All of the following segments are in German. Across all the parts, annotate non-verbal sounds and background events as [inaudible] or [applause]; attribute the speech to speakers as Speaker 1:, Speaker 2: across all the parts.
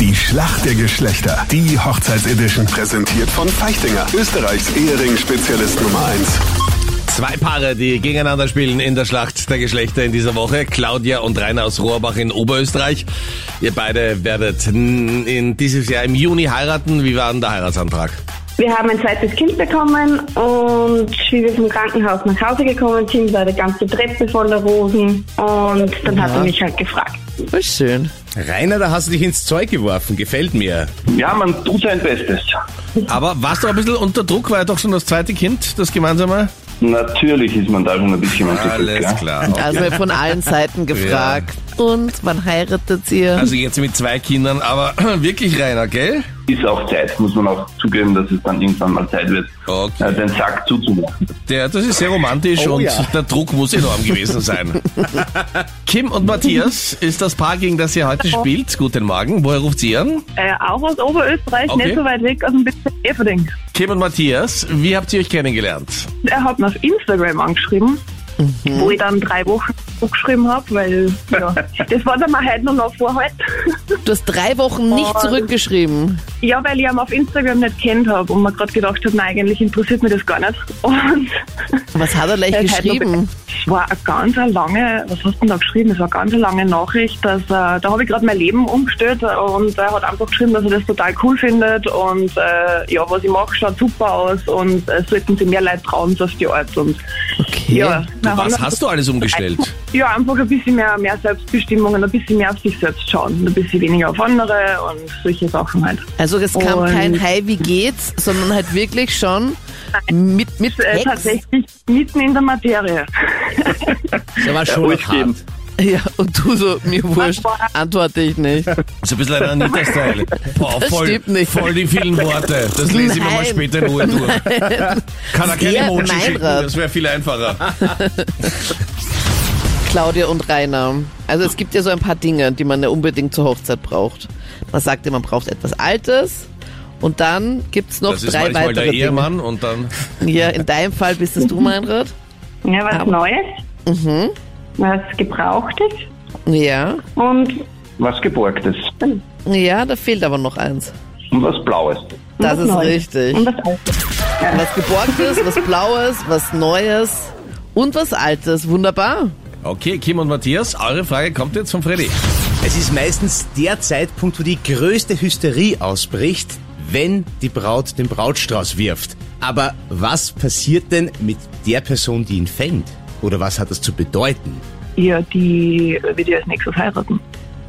Speaker 1: Die Schlacht der Geschlechter. Die Hochzeitsedition präsentiert von Feichtinger. Österreichs Ehering-Spezialist Nummer 1.
Speaker 2: Zwei Paare, die gegeneinander spielen in der Schlacht der Geschlechter in dieser Woche. Claudia und Rainer aus Rohrbach in Oberösterreich. Ihr beide werdet n- in dieses Jahr im Juni heiraten. Wie war denn der Heiratsantrag?
Speaker 3: Wir haben ein zweites Kind bekommen und wie wir vom Krankenhaus nach Hause gekommen sind, war die ganze Treppe voller Rosen und dann hat er mich halt gefragt.
Speaker 4: Voll schön.
Speaker 2: Rainer, da hast du dich ins Zeug geworfen. Gefällt mir.
Speaker 5: Ja, man tut sein Bestes.
Speaker 2: Aber warst du ein bisschen unter Druck? War ja doch schon das zweite Kind, das gemeinsame?
Speaker 5: Natürlich ist man da schon ein bisschen unter Druck. ja.
Speaker 2: klar.
Speaker 4: Also wird von
Speaker 2: [laughs]
Speaker 4: allen Seiten gefragt. Und wann heiratet ihr?
Speaker 2: Also jetzt mit zwei Kindern, aber [clears throat] wirklich Rainer, gell?
Speaker 5: Ist auch Zeit, muss man auch zugeben, dass es dann irgendwann mal Zeit wird,
Speaker 2: Okay.
Speaker 5: äh, den Sack zuzumachen.
Speaker 2: Der, das ist sehr romantisch
Speaker 4: Oh
Speaker 2: und
Speaker 4: ja.
Speaker 2: der Druck muss enorm gewesen
Speaker 4: [laughs]
Speaker 2: sein. Kim und Matthias ist das Paar, gegen das ihr heute spielt. Guten Morgen, woher ruft sie an?
Speaker 6: Äh, auch aus Oberösterreich,
Speaker 2: Okay.
Speaker 6: nicht so weit weg also aus dem Bezirk Everding.
Speaker 2: Kim und Matthias, wie habt ihr euch kennengelernt?
Speaker 6: Er hat mich auf Instagram angeschrieben, wo ich dann drei Wochen zurückgeschrieben habe, weil ja, das war dann mal heute noch noch vorhalt. [laughs]
Speaker 4: Du hast drei Wochen nicht
Speaker 6: Oh.
Speaker 4: zurückgeschrieben.
Speaker 6: Ja, weil ich ihn auf Instagram nicht kennt habe und mir gerade gedacht habe, nein, eigentlich interessiert mich das gar nicht. Und
Speaker 4: Was hat er gleich
Speaker 6: er hat heute noch-
Speaker 4: geschrieben?
Speaker 6: Äh, Es war eine ganz eine lange, was hast du denn da geschrieben? Es war eine ganz eine lange Nachricht, dass, äh, da habe ich gerade mein Leben umgestellt und er hat einfach geschrieben, dass er das total cool findet und äh, ja, was ich mache, schaut super aus und es sollten sich mehr Leute trauen so auf die Art. Und,
Speaker 4: Okay.
Speaker 6: ja,
Speaker 2: Du, was hast du alles umgestellt?
Speaker 6: Ja, einfach ein bisschen mehr, mehr Selbstbestimmung und ein bisschen mehr auf sich selbst schauen und ein bisschen weniger auf andere und solche Sachen halt.
Speaker 4: Also es kam
Speaker 6: Und-
Speaker 4: kein Hi, wie geht's, sondern halt wirklich schon mit, mit
Speaker 6: Äh,
Speaker 4: Text.
Speaker 6: tatsächlich mitten in der Materie. [laughs]
Speaker 2: Der war
Speaker 5: schon ruhig hart. geben.
Speaker 4: Ja, und du so, mir wurscht, antworte ich nicht.
Speaker 2: So ein bisschen ein Anita-Style. Boah,
Speaker 4: Das
Speaker 2: voll,
Speaker 4: stimmt nicht.
Speaker 2: voll die vielen Worte. Das lese ich mir mal
Speaker 4: Nein.
Speaker 2: später in Ruhe durch.
Speaker 4: [laughs]
Speaker 2: Kann er keine
Speaker 4: Sehr
Speaker 2: Emoji
Speaker 4: mein
Speaker 2: schicken,
Speaker 4: Rat.
Speaker 2: das wäre viel einfacher.
Speaker 4: Claudia und Rainer. Also es gibt ja so ein paar Dinge, die man ja unbedingt zur Hochzeit braucht. Man sagt ja, man braucht etwas Altes. Und dann gibt's noch
Speaker 2: Das ist
Speaker 4: drei
Speaker 2: manchmal der
Speaker 4: weitere Dinge.
Speaker 2: Ehemann und dann...
Speaker 4: Ja, in deinem Fall bist es du, Meinrad.
Speaker 3: Ja, was Neues, was Gebrauchtes
Speaker 4: Ja.
Speaker 3: und
Speaker 5: Was Geborgtes
Speaker 4: Ja, da fehlt aber noch eins.
Speaker 5: und was Blaues.
Speaker 4: Das
Speaker 3: was
Speaker 4: ist
Speaker 3: Neues.
Speaker 4: richtig.
Speaker 3: Und was Altes.
Speaker 4: Was Geborgtes, was Blaues, was Neues und was Altes. Wunderbar.
Speaker 2: Okay, Kim und Matthias, eure Frage kommt jetzt von Freddy.
Speaker 7: Es ist meistens der Zeitpunkt, wo die größte Hysterie ausbricht, wenn die Braut den Brautstrauß wirft. Aber was passiert denn mit der Person, die ihn fängt? Oder was hat das zu bedeuten?
Speaker 6: Ja, die äh, wird ja als nächstes heiraten.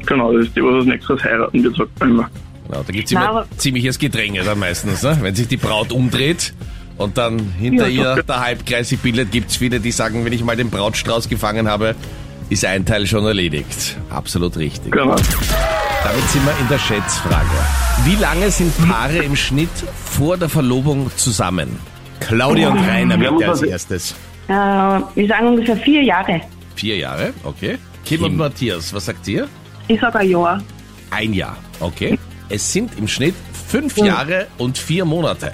Speaker 8: Genau, das ist die, was als nächstes heiraten wird, sagt man immer.
Speaker 2: Genau, da gibt's
Speaker 6: Na,
Speaker 2: immer
Speaker 6: aber-
Speaker 2: ziemliches Gedränge dann meistens, ne? wenn sich die Braut umdreht und dann hinter
Speaker 6: Ja,
Speaker 2: ihr der Halbkreis sich bildet, gibt's viele, die sagen, wenn ich mal den Brautstrauß gefangen habe, ist ein Teil schon erledigt. Absolut richtig.
Speaker 8: Genau.
Speaker 2: Damit sind wir in der Schätzfrage. Wie lange sind Paare im Schnitt vor der Verlobung zusammen?
Speaker 7: Claudia und Rainer
Speaker 5: Wir
Speaker 7: bitte
Speaker 5: haben
Speaker 7: als
Speaker 5: was-
Speaker 7: erstes.
Speaker 3: Äh, wir sagen ungefähr vier Jahre.
Speaker 2: Vier Jahre, okay. Kim und Matthias, was sagt ihr?
Speaker 6: Ich sage ein Jahr.
Speaker 2: Ein Jahr, okay. Es sind im Schnitt fünf Jahre und vier Monate.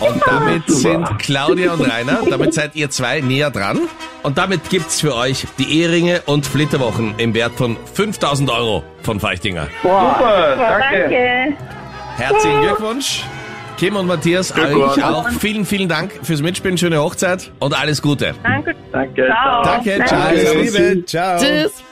Speaker 2: Und damit sind Claudia und Rainer, damit seid ihr zwei näher dran. Und damit gibt's für euch die Ehringe und Flitterwochen im Wert von 5000 Euro von Feichtinger.
Speaker 5: Super, danke.
Speaker 3: Danke.
Speaker 2: Herzlichen Glückwunsch. Kim und Matthias, euch auch vielen, vielen Dank fürs Mitspielen. Schöne Hochzeit und alles Gute.
Speaker 6: Danke.
Speaker 8: Danke.
Speaker 6: Ciao.
Speaker 7: Danke,
Speaker 6: Danke.
Speaker 7: ciao, alles Liebe, ciao.
Speaker 4: Tschüss.